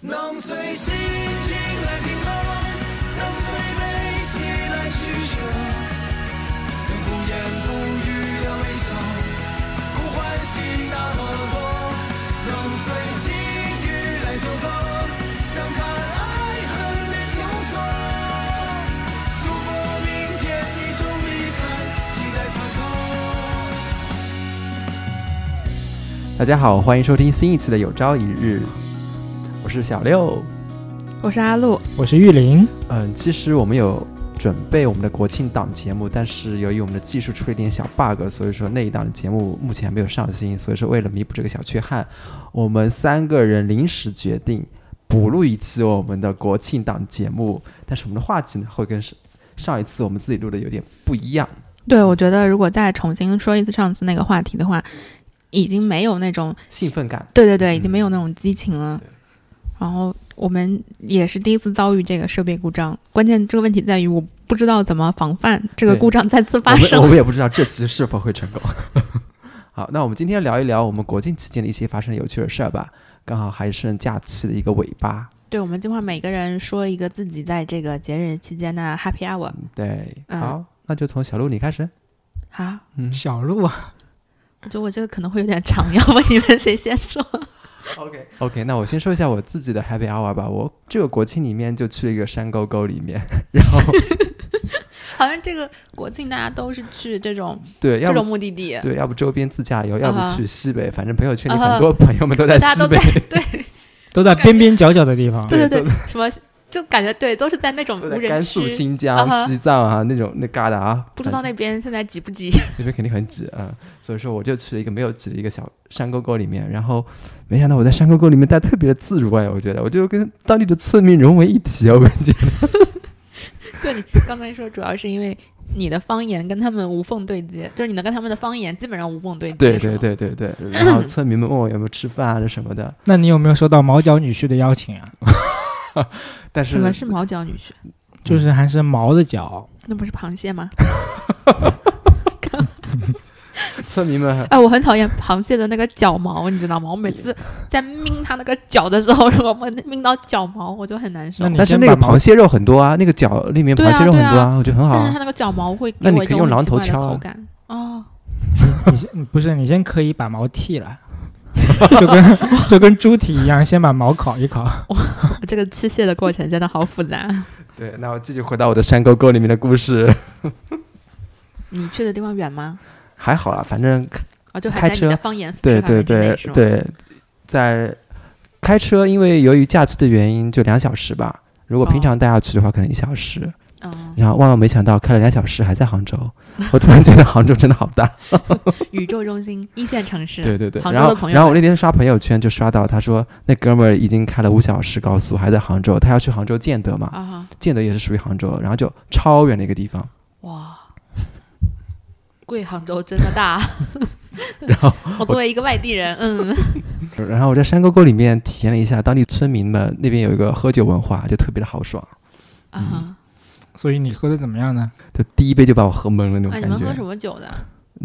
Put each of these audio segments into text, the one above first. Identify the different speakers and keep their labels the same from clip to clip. Speaker 1: 能随心情来平衡，能随悲喜来取舍，能不言不语的微笑，空欢喜那么多，能随境遇来纠葛，能看爱恨别求索。如果明天你终离开，请在此刻。
Speaker 2: 大家好，欢迎收听新一期的《有朝一日》，我是小六。
Speaker 3: 我是阿露，
Speaker 4: 我是玉林，
Speaker 2: 嗯，其实我们有准备我们的国庆档节目，但是由于我们的技术出了一点小 bug，所以说那一档的节目目前还没有上新。所以说，为了弥补这个小缺憾，我们三个人临时决定补录一期我们的国庆档节目，但是我们的话题呢会跟上上一次我们自己录的有点不一样。
Speaker 3: 对我觉得如果再重新说一次上次那个话题的话，已经没有那种
Speaker 2: 兴奋感，
Speaker 3: 对对对，
Speaker 2: 嗯
Speaker 3: 已经没有那种激情了。然后我们也是第一次遭遇这个设备故障，关键这个问题在于我不知道怎么防范这个
Speaker 2: 对
Speaker 3: 故障再次
Speaker 2: 我
Speaker 3: 发
Speaker 2: 们我
Speaker 3: 生。
Speaker 2: 们也不知道这期是否会成功。 好，那我们今天聊一聊我们国庆期间的一些发生的有趣的事儿吧，刚好还剩假期的一个尾巴。
Speaker 3: 对，我们计划每个人说一个自己在这个节日期间的 happy hour。
Speaker 2: 对，
Speaker 3: 嗯
Speaker 2: 好，那就从小鹿你开始。
Speaker 3: 好，
Speaker 2: 嗯
Speaker 4: 小鹿啊，
Speaker 3: 我觉得我这个可能会有点长， 要不你们谁先说？
Speaker 2: ，OK OK，那我先说一下我自己的 Happy Hour 吧。我这个国庆里面就去了一个山沟沟里面，然 后
Speaker 3: 好像这个国庆大家都是去这种
Speaker 2: 对，
Speaker 3: 这
Speaker 2: 要
Speaker 3: 种
Speaker 2: 不
Speaker 3: 目的地，
Speaker 2: 对，要不周边自驾游，要
Speaker 3: 啊
Speaker 2: 不
Speaker 3: 哈
Speaker 2: 去西北，反正朋友圈里
Speaker 3: 啊
Speaker 2: 很
Speaker 3: 哈
Speaker 2: 多朋友们都在
Speaker 3: 大家
Speaker 2: 西
Speaker 3: 都
Speaker 2: 北
Speaker 3: 在， 对。
Speaker 4: 都在边边角角的地方。
Speaker 3: 对对
Speaker 2: 对
Speaker 3: 对，什么就感觉对，都是在那种
Speaker 2: 都
Speaker 3: 无
Speaker 2: 在
Speaker 3: 人
Speaker 2: 甘肃、
Speaker 3: 区，
Speaker 2: 新
Speaker 3: 啊
Speaker 2: 疆、
Speaker 3: 哈
Speaker 2: 西藏啊那种那旮沓啊，
Speaker 3: 不知道
Speaker 2: 反正
Speaker 3: 那边现在挤不 挤。
Speaker 2: 那边肯定很挤啊。所以说我就去了一个没有挤的一个小山沟沟里面，然后没想到我在山沟沟里面待特别的自如哎，我觉得我就跟当地的村民融为一体，啊我感觉。
Speaker 3: 就你刚才说，主要是因为你的方言跟他们无缝对接，就是你能跟他们的方言基本上无缝对 接。
Speaker 2: 对
Speaker 3: 是
Speaker 2: 对
Speaker 3: 吗，
Speaker 2: 对对对，然后村民们问我有没有吃饭啊这什么的，
Speaker 4: 那你有没有收到毛脚女婿的邀请啊？
Speaker 2: 但是
Speaker 3: 什么是毛脚女婿？
Speaker 4: 就是还是毛的 脚，
Speaker 3: 那不是螃蟹吗？
Speaker 2: 村民们 很
Speaker 3: 哎，我很讨厌螃蟹的那个脚毛，你知道吗？我每次在拧它那个脚的时候，如果我拧到脚毛，我就很难受
Speaker 4: 那。你
Speaker 2: 但是
Speaker 4: 先
Speaker 2: 那
Speaker 4: 把
Speaker 2: 个
Speaker 4: 毛
Speaker 2: 螃蟹肉很多啊，那个脚里面
Speaker 3: 对
Speaker 2: 螃
Speaker 3: 啊
Speaker 2: 蟹肉很
Speaker 3: 对
Speaker 2: 多啊，我觉得很好
Speaker 3: 但是它
Speaker 2: 啊。
Speaker 3: 那个脚毛会
Speaker 2: 那
Speaker 3: 给
Speaker 2: 你
Speaker 3: 我一
Speaker 2: 可以
Speaker 3: 种
Speaker 2: 用榔
Speaker 3: 很奇
Speaker 2: 头
Speaker 3: 怪的
Speaker 2: 敲啊
Speaker 3: 口感。哦，
Speaker 4: 你先不是你先可以把毛剃了， 就跟就跟猪蹄一样，先把毛烤一烤。
Speaker 3: 这个吃蟹的过程真的好 复 杂。啊
Speaker 2: 对，那我继续回到我的山沟沟里面的故事，
Speaker 3: 你去的地方远吗？
Speaker 2: 还好啦，反正
Speaker 3: 哦，就
Speaker 2: 开
Speaker 3: 还在
Speaker 2: 车
Speaker 3: 你的方言
Speaker 2: 对对
Speaker 3: 适应范围
Speaker 2: 对
Speaker 3: 内是吗
Speaker 2: 对，在开车，因为由于假期的原因，就两小时吧。如果平
Speaker 3: 哦
Speaker 2: 常带下去的话，可能一小时。
Speaker 3: 嗯，
Speaker 2: 然后万万没想到，开了两小时还在杭州，我突然觉得杭州真的好大。
Speaker 3: 宇宙中心一线城市，
Speaker 2: 对对对，
Speaker 3: 啊杭州
Speaker 2: 然后
Speaker 3: 的朋友
Speaker 2: 然后我那天刷朋友圈就刷到，他说那哥们儿已经开了五小时高速，还在杭州，他要去杭州建德嘛，
Speaker 3: 啊哈，
Speaker 2: 建德也是属于杭州，然后就超远的一个地方，
Speaker 3: 哇，贵杭州真的大。
Speaker 2: 然后
Speaker 3: 我作为一个外地人，嗯，
Speaker 2: 然后我在山沟沟里面体验了一下当地村民们那边有一个喝酒文化，就特别的豪爽，
Speaker 3: 啊哈，
Speaker 4: 所以你喝的怎么样呢？
Speaker 2: 就第一杯就把我喝懵了那种
Speaker 3: 哎，
Speaker 2: 感
Speaker 3: 你们喝
Speaker 2: 觉。
Speaker 3: 什么酒的？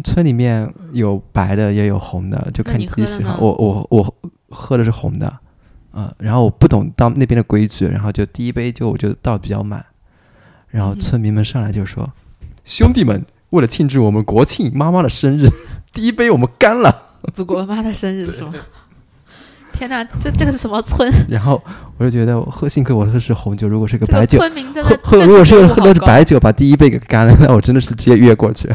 Speaker 2: 村里面有白的也有红的，就看
Speaker 3: 那你
Speaker 2: 自己
Speaker 3: 喝的
Speaker 2: 喜欢。
Speaker 3: 呢
Speaker 2: 我我我喝的是红的，嗯，然后我不懂当那边的规矩，然后就第一杯就我就倒比较满，然后
Speaker 3: 嗯
Speaker 2: 村民们上来就说：“兄弟们，为了庆祝我们国庆妈妈的生日， 第一杯我们干了。
Speaker 3: 祖国妈的生日是吗？天哪，这这个是什么村？”
Speaker 2: 然后我就觉得我喝幸亏我喝的是红酒，如果是个
Speaker 3: 这
Speaker 2: 白
Speaker 3: 个
Speaker 2: 酒，
Speaker 3: 村民真
Speaker 2: 喝
Speaker 3: 的，
Speaker 2: 喝
Speaker 3: 政治
Speaker 2: 如果是
Speaker 3: 觉悟
Speaker 2: 喝
Speaker 3: 好
Speaker 2: 的是
Speaker 3: 高
Speaker 2: 白酒把第一杯给干了， 那我真的是直接越过去。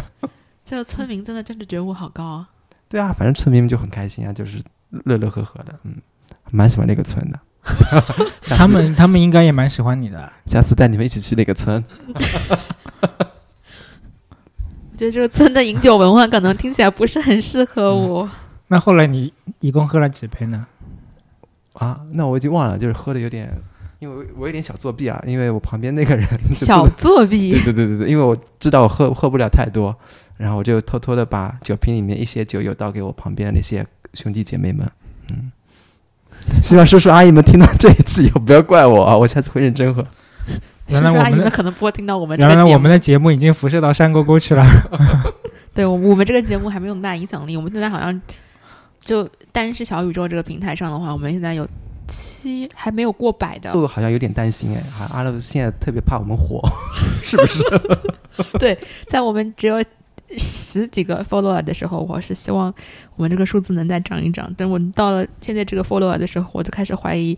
Speaker 3: 这个村民真的政治觉悟好高啊！
Speaker 2: 对啊，反正村民们就很开心啊，就是乐乐呵呵的，嗯，蛮喜欢那个村的。下次
Speaker 4: 他们他们应该也蛮喜欢你的。
Speaker 2: 下次带你们一起去那个村。
Speaker 3: 我觉得这个村的饮酒文化可能听起来不是很适合
Speaker 2: 嗯
Speaker 3: 我。
Speaker 4: 那后来你一共喝了几杯呢？
Speaker 2: 啊，那我已经忘了，就是喝的有点，因为我我有点小作弊啊，因为我旁边那个人就坐
Speaker 3: 小
Speaker 2: 在
Speaker 3: 作
Speaker 2: 对
Speaker 3: 弊，
Speaker 2: 对对对对，因为我知道我喝喝不了太多，然后我就偷偷的把酒瓶里面一些酒又倒给我旁边的那些兄弟姐妹们，嗯， 希望叔叔阿姨们听到这一次以后不要怪我啊，我下次会认真喝。
Speaker 3: 叔
Speaker 4: 原来
Speaker 3: 叔
Speaker 4: 我
Speaker 3: 阿姨
Speaker 4: 们
Speaker 3: 们
Speaker 4: 的
Speaker 3: 可能不会听到我们这个
Speaker 4: 原来
Speaker 3: 节
Speaker 4: 我
Speaker 3: 目
Speaker 4: 们。的节目已经辐射到山沟沟去了。
Speaker 3: 对我我们这个节目还没有那么大影响力，我们现在好像就单是小宇宙这个平台上的话，我们现在有七还没有过百的
Speaker 2: 豆，豆好像有点担心哎，好像阿乐现在特别怕我们火，是不是？
Speaker 3: 在我们只有十几个 follower 的时候，我是希望我们这个数字能再涨一涨。但我们到了现在这个 follower 的时候，我就开始怀疑，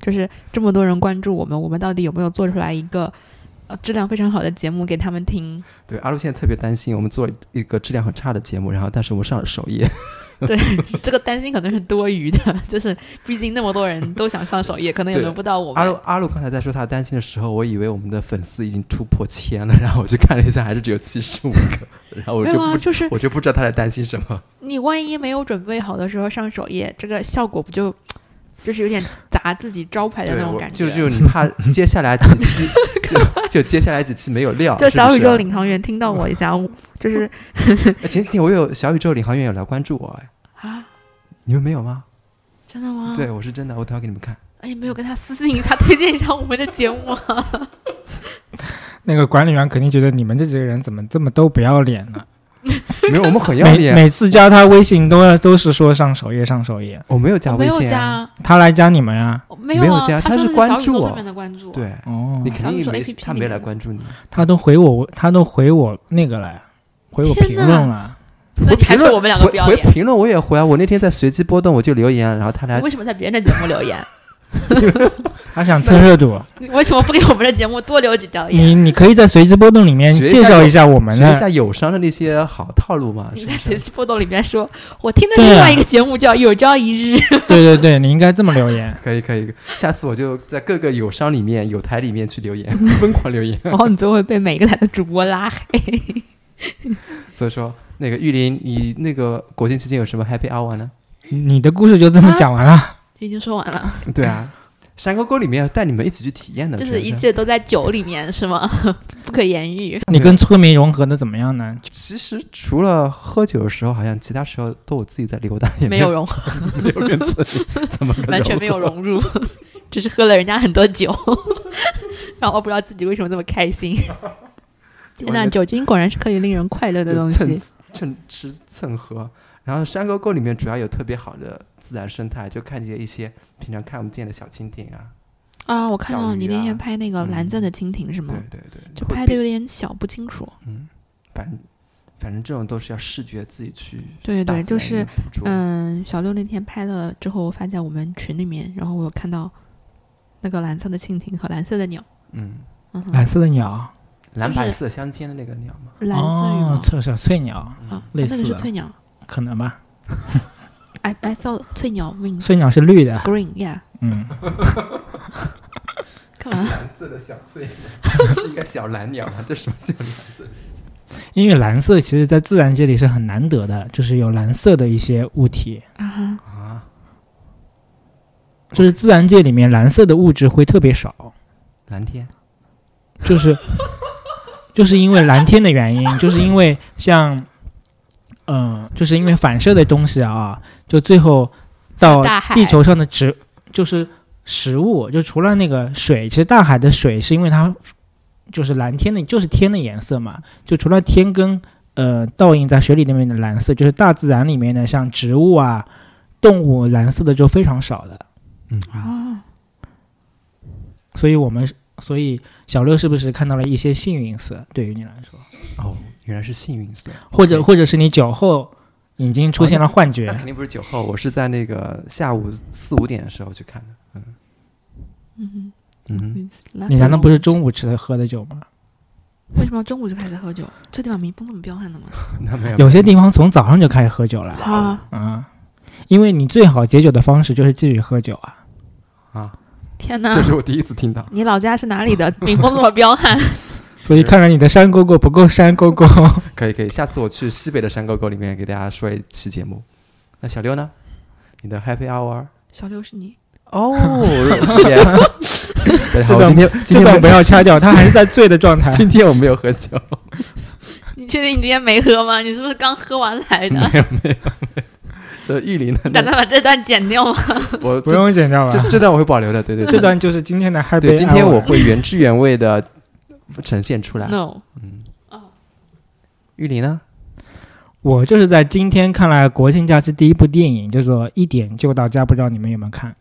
Speaker 3: 就是这么多人关注我们，我们到底有没有做出来一个呃质量非常好的节目给他们听？
Speaker 2: 对，阿乐现在特别担心，我们做一个质量很差的节目，然后但是我们上了首页，
Speaker 3: 对，这个担心可能是多余的，就是毕竟那么多人都想上首页，可能也
Speaker 2: 对
Speaker 3: 轮不到我
Speaker 2: 阿
Speaker 3: 们
Speaker 2: 鲁。阿鲁刚才在说他担心的时候，我以为我们的粉丝已经突破千了，然 后我去看了一下，还是只有七十五个，然后我
Speaker 3: 没
Speaker 2: 就
Speaker 3: 有
Speaker 2: 不、
Speaker 3: 啊，就是
Speaker 2: 我就不知道他在担心什么。
Speaker 3: 你万一没有准备好的时候上首页，这个效果不就就是有点砸自己招牌的那种
Speaker 2: 我
Speaker 3: 感觉？
Speaker 2: 就就你怕接下来几期， 就就接下来几期没有料。
Speaker 3: 就
Speaker 2: 不
Speaker 3: 是小宇
Speaker 2: 是啊
Speaker 3: 宙领航员听到我一下，我就是
Speaker 2: 哎前几天我有小宇宙领航员有来关注我，哎，
Speaker 3: 啊，
Speaker 2: 你们没有吗？
Speaker 3: 真的吗？
Speaker 2: 对，，我是真的，我等会给你们看。
Speaker 3: 哎，没有跟他私信一下，推荐一下我们的 节目啊。
Speaker 4: 那个管理员肯定觉得你们这几个人怎么这么都不要脸呢？
Speaker 2: 没有，我们很要
Speaker 4: 每
Speaker 2: 脸，
Speaker 4: 每次加他微信都要都是说上首页上首页，
Speaker 2: 我没有加
Speaker 3: 我没
Speaker 2: 微
Speaker 3: 有
Speaker 2: 信
Speaker 3: 加
Speaker 2: 啊。
Speaker 3: 啊，
Speaker 4: 他来加你们啊？
Speaker 3: 我没
Speaker 2: 没有
Speaker 3: 啊。
Speaker 2: 加
Speaker 3: 他
Speaker 2: 他
Speaker 3: 说
Speaker 2: 是
Speaker 3: 的是
Speaker 2: 关
Speaker 3: 小宇
Speaker 2: 注
Speaker 3: 宙
Speaker 2: 我
Speaker 3: 上面的关注。，
Speaker 2: 对，
Speaker 4: 哦
Speaker 2: 你，肯
Speaker 3: 小宇
Speaker 2: 定
Speaker 3: 宙
Speaker 2: 没
Speaker 3: APP
Speaker 2: 他没来关注你，
Speaker 4: 他都回我，他都回我那个了，回我
Speaker 3: 天
Speaker 4: 评
Speaker 3: 哪
Speaker 4: 论了。
Speaker 3: 那你还
Speaker 2: 评
Speaker 3: 说
Speaker 2: 论
Speaker 3: 我们两个
Speaker 2: 回
Speaker 3: 不要
Speaker 2: 回
Speaker 3: 脸？
Speaker 2: 评论我也回啊，我那天在随机波动我就留言，然后他来
Speaker 3: 你为什么在别人的节目留言？
Speaker 4: 他想蹭 热度，
Speaker 3: 你为什么不给我们的节目多留几条言？
Speaker 4: 你你可以在随机波动里面
Speaker 2: 学一下
Speaker 4: 介绍一下我们
Speaker 2: 学一
Speaker 4: 的，
Speaker 2: 下友商的那些好套路嘛，
Speaker 3: 你
Speaker 2: 是
Speaker 3: 在
Speaker 2: 不
Speaker 3: 随
Speaker 2: 是？
Speaker 3: 机波动里面说，我听的
Speaker 4: 对啊
Speaker 3: 另外一个节目叫《有朝一日》，
Speaker 4: 对对对，你应该这么留言。
Speaker 2: 可以可以，下次我就在各个友商里面、友台里面去留言，疯狂留言。
Speaker 3: 然后你就会被每个台的主播拉黑。
Speaker 2: 所以说，那个玉林，你那个国庆期间有什么 happy hour 呢？
Speaker 4: 你的故事就这么讲完了，
Speaker 3: 已经说完了，
Speaker 2: 对啊， 山沟沟里面要带你们一起去体验的，
Speaker 3: 就是
Speaker 2: 不
Speaker 3: 一切都在酒里面，是吗？ 不可言喻。
Speaker 4: 你跟村民融合的怎么样呢？
Speaker 2: 其实除了喝酒的时候，好像其他时候都我自己在溜达，也
Speaker 3: 没
Speaker 2: 有
Speaker 3: 有融合，
Speaker 2: 没有跟自 己怎么个
Speaker 3: 完全没 有融入， 只是喝了人家很多酒， 然后我不知道自己为什么这么开 心。天
Speaker 2: 完
Speaker 3: 呐，
Speaker 2: 全
Speaker 3: 酒精果然是可以令人快乐的
Speaker 2: 就
Speaker 3: 东
Speaker 2: 蹭
Speaker 3: 西。
Speaker 2: 蹭吃蹭喝。然后山沟沟里面主要有特别好的自然生态，就看见一些平常看不见的小蜻蜓啊，
Speaker 3: 啊！我看
Speaker 2: 小
Speaker 3: 到
Speaker 2: 鱼
Speaker 3: 你那天
Speaker 2: 啊
Speaker 3: 拍那个蓝色的蜻蜓是
Speaker 2: 对
Speaker 3: 吗？
Speaker 2: 对对，
Speaker 3: 嗯就
Speaker 2: 会
Speaker 3: 拍的
Speaker 2: 变
Speaker 3: 有点小不清楚。
Speaker 2: 嗯，反反正这种都是要视觉自己去啊
Speaker 3: 对
Speaker 2: 大
Speaker 3: 对对，
Speaker 2: 自
Speaker 3: 就
Speaker 2: 然里
Speaker 3: 是
Speaker 2: 面捕捉
Speaker 3: 嗯，小六那天拍了之后发在我们群里面，然后我看到那个蓝色的蜻蜓和蓝色的鸟，
Speaker 2: 嗯
Speaker 3: 嗯哼，
Speaker 4: 蓝色的鸟，
Speaker 2: 蓝白
Speaker 3: 是
Speaker 2: 色相间的那个鸟嘛，
Speaker 3: 蓝色羽毛
Speaker 4: 哦，翠小翠鸟，
Speaker 3: 啊，
Speaker 4: 类
Speaker 3: 那个
Speaker 4: 似
Speaker 3: 是
Speaker 4: 的
Speaker 3: 翠鸟
Speaker 4: 可能吧？
Speaker 3: ，I I saw 翠鸟 wings
Speaker 4: 翠鸟是绿的，
Speaker 3: green，yeah，
Speaker 4: 嗯，
Speaker 3: 干 嘛？
Speaker 2: 蓝色的小翠 是一个小蓝鸟吗？这什么小蓝色？
Speaker 4: 因为蓝色其实在自然界里是很难得的，就是有蓝色的一些物体，
Speaker 3: 啊哈，
Speaker 2: 啊，
Speaker 4: 就是自然界里面蓝色的物质会特别少，
Speaker 2: 蓝天，
Speaker 4: 就是 就是因为蓝天的原因，就是因为像嗯、就是因为反射的东西啊，就最后到
Speaker 3: 大海
Speaker 4: 地球上的植就是食物，就除了那个水，其实大海的水是因为它就是蓝天的，就是天的颜色嘛，就除了天跟呃倒映在水里那边的蓝色，就是大自然里面的像植物啊、动物蓝色的就非常少的。
Speaker 2: 嗯，
Speaker 3: 啊，
Speaker 4: 所以我们是，所以小六是不是看到了一些幸运色？对于你来说，
Speaker 2: 哦，原来是幸运色，
Speaker 4: 或者或者是你酒后已经出现了幻觉，
Speaker 2: 那肯定不是酒后，我是在那个下午四五点的时候去看的，嗯
Speaker 3: 嗯
Speaker 2: 嗯，
Speaker 3: 哼，
Speaker 4: 你难道不是中午吃的喝的酒吗？
Speaker 3: 为什么要中午就开始喝酒？这地方民风这么彪 悍的吗？
Speaker 2: 那没有
Speaker 4: 有些地方从早上就开始喝酒了
Speaker 3: 啊，
Speaker 4: 啊、因为你最好解酒的方式就是继续喝酒啊。
Speaker 2: 啊，
Speaker 3: 天哪！
Speaker 2: 这是我第一次听到，
Speaker 3: 你老家是哪里的？ 民风这么彪悍？
Speaker 4: 所以看来你的山沟沟不够山沟沟。
Speaker 2: 可以可以，下次我去西北的山沟沟里面给大家说一期节目。那小六呢？你的 happy hour？
Speaker 3: 小六是你，
Speaker 2: 哦，耶大家好，我今天今
Speaker 4: 这
Speaker 2: 天
Speaker 4: 段不
Speaker 2: 没有
Speaker 4: 要掐掉，他还是 在醉的状态。啊
Speaker 2: 今天我没有喝酒，
Speaker 3: 你确定你今天没喝吗？你是不是刚喝完来的？
Speaker 2: 所以玉林
Speaker 3: 你打
Speaker 2: 呢？
Speaker 3: 算把这段剪掉 吗？
Speaker 2: 我
Speaker 4: 不
Speaker 2: 这
Speaker 4: 用剪掉
Speaker 2: 这
Speaker 4: 吧？
Speaker 2: 这段我会保留的，对对
Speaker 4: 这段就是今天的啊 happy
Speaker 2: 对，今天
Speaker 4: hour
Speaker 2: 我会原汁原味的呈现出
Speaker 4: 嗯
Speaker 2: 来。
Speaker 3: No，
Speaker 2: 玉林呢？
Speaker 4: 我就是在今天看了国庆假期第一部电影，叫做《一点就到家》，不知道你们有没有看？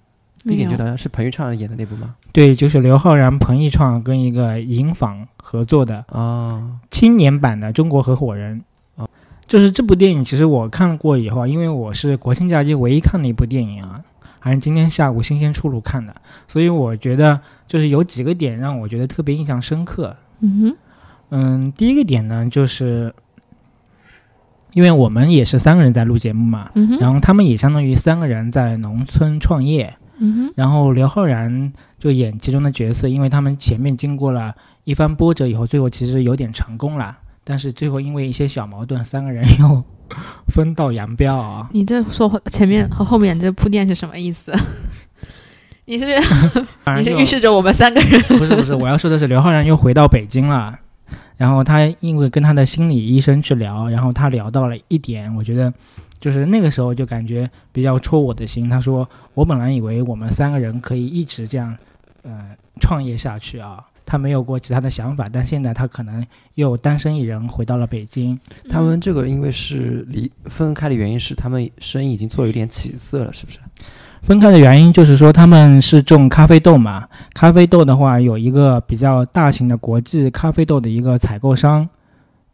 Speaker 2: 一
Speaker 3: 没
Speaker 2: 点
Speaker 3: 有
Speaker 2: 就到家是彭昱畅演的那部吗？
Speaker 4: 对，就是刘昊然、彭昱畅跟一个银纺合作的
Speaker 2: 啊，
Speaker 3: 嗯
Speaker 4: 青年版的《中国合伙人》
Speaker 2: 哦
Speaker 4: 就是这部电影，其实我看过以后啊，因为我是国庆假期唯一看的一部电影啊，还是今天下午新鲜出炉看的，所以我觉得就是有几个点让我觉得特别印象深刻。
Speaker 3: 嗯
Speaker 4: 嗯，第一个点呢，就是因为我们也是三个人在录节目嘛
Speaker 3: 哼，，嗯哼，
Speaker 4: 然后他们也相当于三个人在农村创业，
Speaker 3: 嗯哼，
Speaker 4: 然后刘昊然就演其中的角色，因为他们前面经过了一番波折以后，最后其实有点成功了，但是最后因为一些小矛盾，三个人又分道扬镳啊。
Speaker 3: 你这说前面和后面这铺垫是什么意 思？你是
Speaker 4: 当
Speaker 3: 你
Speaker 4: 然
Speaker 3: 是
Speaker 4: 就
Speaker 3: 预示着我们三个人？
Speaker 4: 不是不是，我要说的是刘昊然又回到北京了，然后他因为跟他的心理医生去聊，然后他聊到了一点，我觉得就是那个时候就感觉比较戳我的心。他说我本来以为我们三个人可以一直这样，呃，创业下去啊。他没有过其他的想法，但现在他可能又单身一人回到了北京。
Speaker 2: 他
Speaker 3: 嗯
Speaker 2: 们这个因为是离分开的原因是他们生意已经做得有点起色了，是不是？
Speaker 4: 分开的原因就是说他们是种咖啡豆嘛，咖啡豆的话有一个比较大型的国际咖啡豆的一个采购商，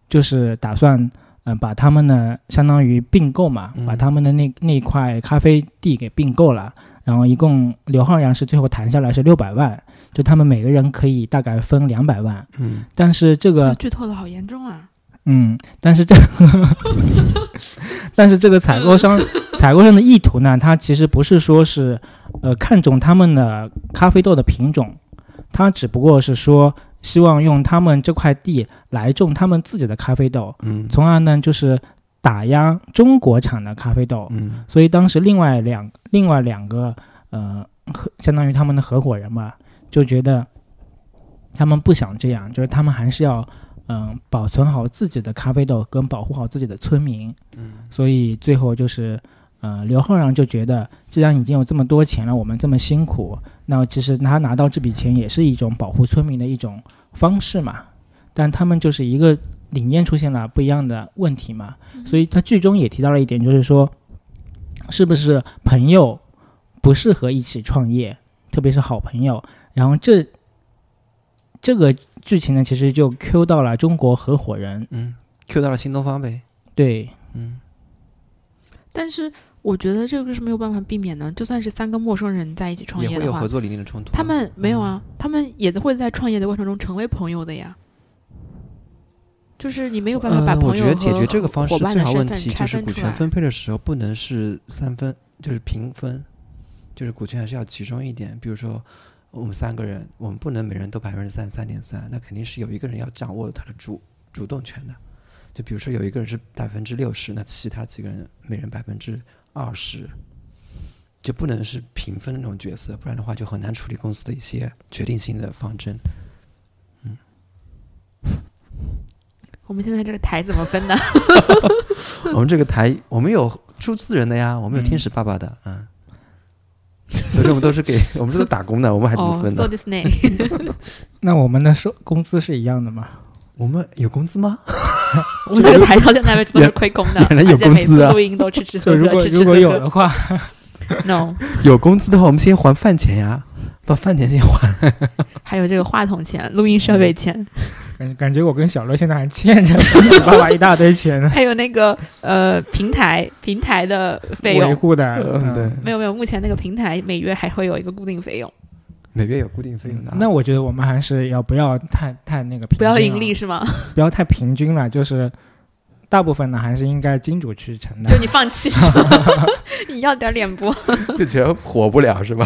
Speaker 4: 就是打算嗯、呃把他们呢相当于并购嘛，
Speaker 2: 嗯
Speaker 4: 把他们的那那块咖啡地给并购了，然后一共刘昊然是最后谈下来是六百万，就他们每个人可以大概分两百万，
Speaker 2: 嗯，
Speaker 4: 但是这个
Speaker 3: 这剧透的好严重啊！
Speaker 4: 嗯，但是这， 但是这个采购商采购商的意图呢，他其实不是说是，呃，看中他们的咖啡豆的品种，他只不过是说希望用他们这块地来种他们自己的咖啡豆，
Speaker 2: 嗯
Speaker 4: 从而呢就是打压中国产的咖啡豆。
Speaker 2: 嗯
Speaker 4: 所以当时另外两另外两个呃合相当于他们的合伙人吧，就觉得他们不想这样，就是他们还是要嗯、保存好自己的咖啡豆跟保护好自己的村民，
Speaker 2: 嗯
Speaker 4: 所以最后就是。呃，刘昊然就觉得，既然已经有这么多钱了，我们这么辛苦，那其实他拿到这笔钱也是一种保护村民的一种方式嘛。但他们就是一个理念出现了不一样的问题嘛，
Speaker 2: 嗯
Speaker 4: 所以他剧中也提到了一点，就是说，是不是朋友不适合一起创业，特别是好朋友。然后这这个剧情呢，其实就 Q 到了中国合伙人，
Speaker 2: 嗯，Q 到了新东方呗，
Speaker 4: 对，
Speaker 2: 嗯
Speaker 3: 但是我觉得这个是没有办法避免的，就算是三个陌生人在一起创
Speaker 2: 也
Speaker 3: 业
Speaker 2: 会
Speaker 3: 的
Speaker 2: 有
Speaker 3: 话
Speaker 2: 合，作理念的冲突啊。
Speaker 3: 他们没有啊，他们也会在创业的过程中成为朋友的呀。就是你没有办法把
Speaker 2: 呃、我
Speaker 3: 朋
Speaker 2: 觉
Speaker 3: 友
Speaker 2: 得
Speaker 3: 和
Speaker 2: 解决这个方式
Speaker 3: 伙伴
Speaker 2: 最
Speaker 3: 的
Speaker 2: 好
Speaker 3: 身
Speaker 2: 问
Speaker 3: 份
Speaker 2: 题
Speaker 3: 拆
Speaker 2: 就是
Speaker 3: 分
Speaker 2: 股
Speaker 3: 出
Speaker 2: 权
Speaker 3: 来。
Speaker 2: 分配的时候不能是三分，就是平分，就是股权还是要集中一点。比如说我们三个人，我们不能每人都百分之三三点三，那肯定是有一个人要掌握他的主主动权的。就比如说有一个人是百分之六十，那其他几个人每人百分之二十，就不能是平分那种角色，不然的话就很难处理公司的一些决定性的方针。
Speaker 3: 我们现在这个台怎么分呢？
Speaker 2: 我们这个台，我们有出资人的呀，我们有天使爸爸的，嗯，所以说我们都是给我们这都打工的，我们还怎么
Speaker 3: 哦
Speaker 2: 分呢？
Speaker 3: ，so Disney，
Speaker 4: 那我们的收工资是一样的嘛？
Speaker 2: 我们有工资吗？
Speaker 3: 我们这个台到现在为止都是亏空的，
Speaker 2: 原来有
Speaker 3: 而且每
Speaker 2: 工
Speaker 3: 次
Speaker 2: 资啊
Speaker 3: 录音都 吃吃
Speaker 4: 就
Speaker 3: 喝
Speaker 4: 如
Speaker 3: 喝，
Speaker 4: 果
Speaker 3: 吃吃
Speaker 4: 如
Speaker 3: 喝
Speaker 4: 果有
Speaker 3: 喝。
Speaker 4: 的话，
Speaker 3: No，
Speaker 2: 有工资的话，我们先还饭钱呀，把饭钱先还。
Speaker 3: 还有这个话筒钱、录音设备钱，
Speaker 4: 感感觉我跟小乐现在还欠着爸爸一大堆钱呢，
Speaker 3: 还有那个呃平台平台的 费
Speaker 4: 维
Speaker 3: 用。
Speaker 4: 护的，
Speaker 2: 嗯，对，，
Speaker 3: 没有没有，目前那个平台每月还会有一个固定费用，
Speaker 2: 每月有固定费用的啊。
Speaker 4: 那我觉得我们还是要不要太太那个平均
Speaker 3: 不要
Speaker 4: 了
Speaker 3: 盈利，是吗？
Speaker 4: 不要太平均了，就是大部分呢还是应该金主去承
Speaker 3: 就
Speaker 4: 担。
Speaker 3: 你放 弃是吧，你要点脸不？
Speaker 2: 就觉得火不了是吧？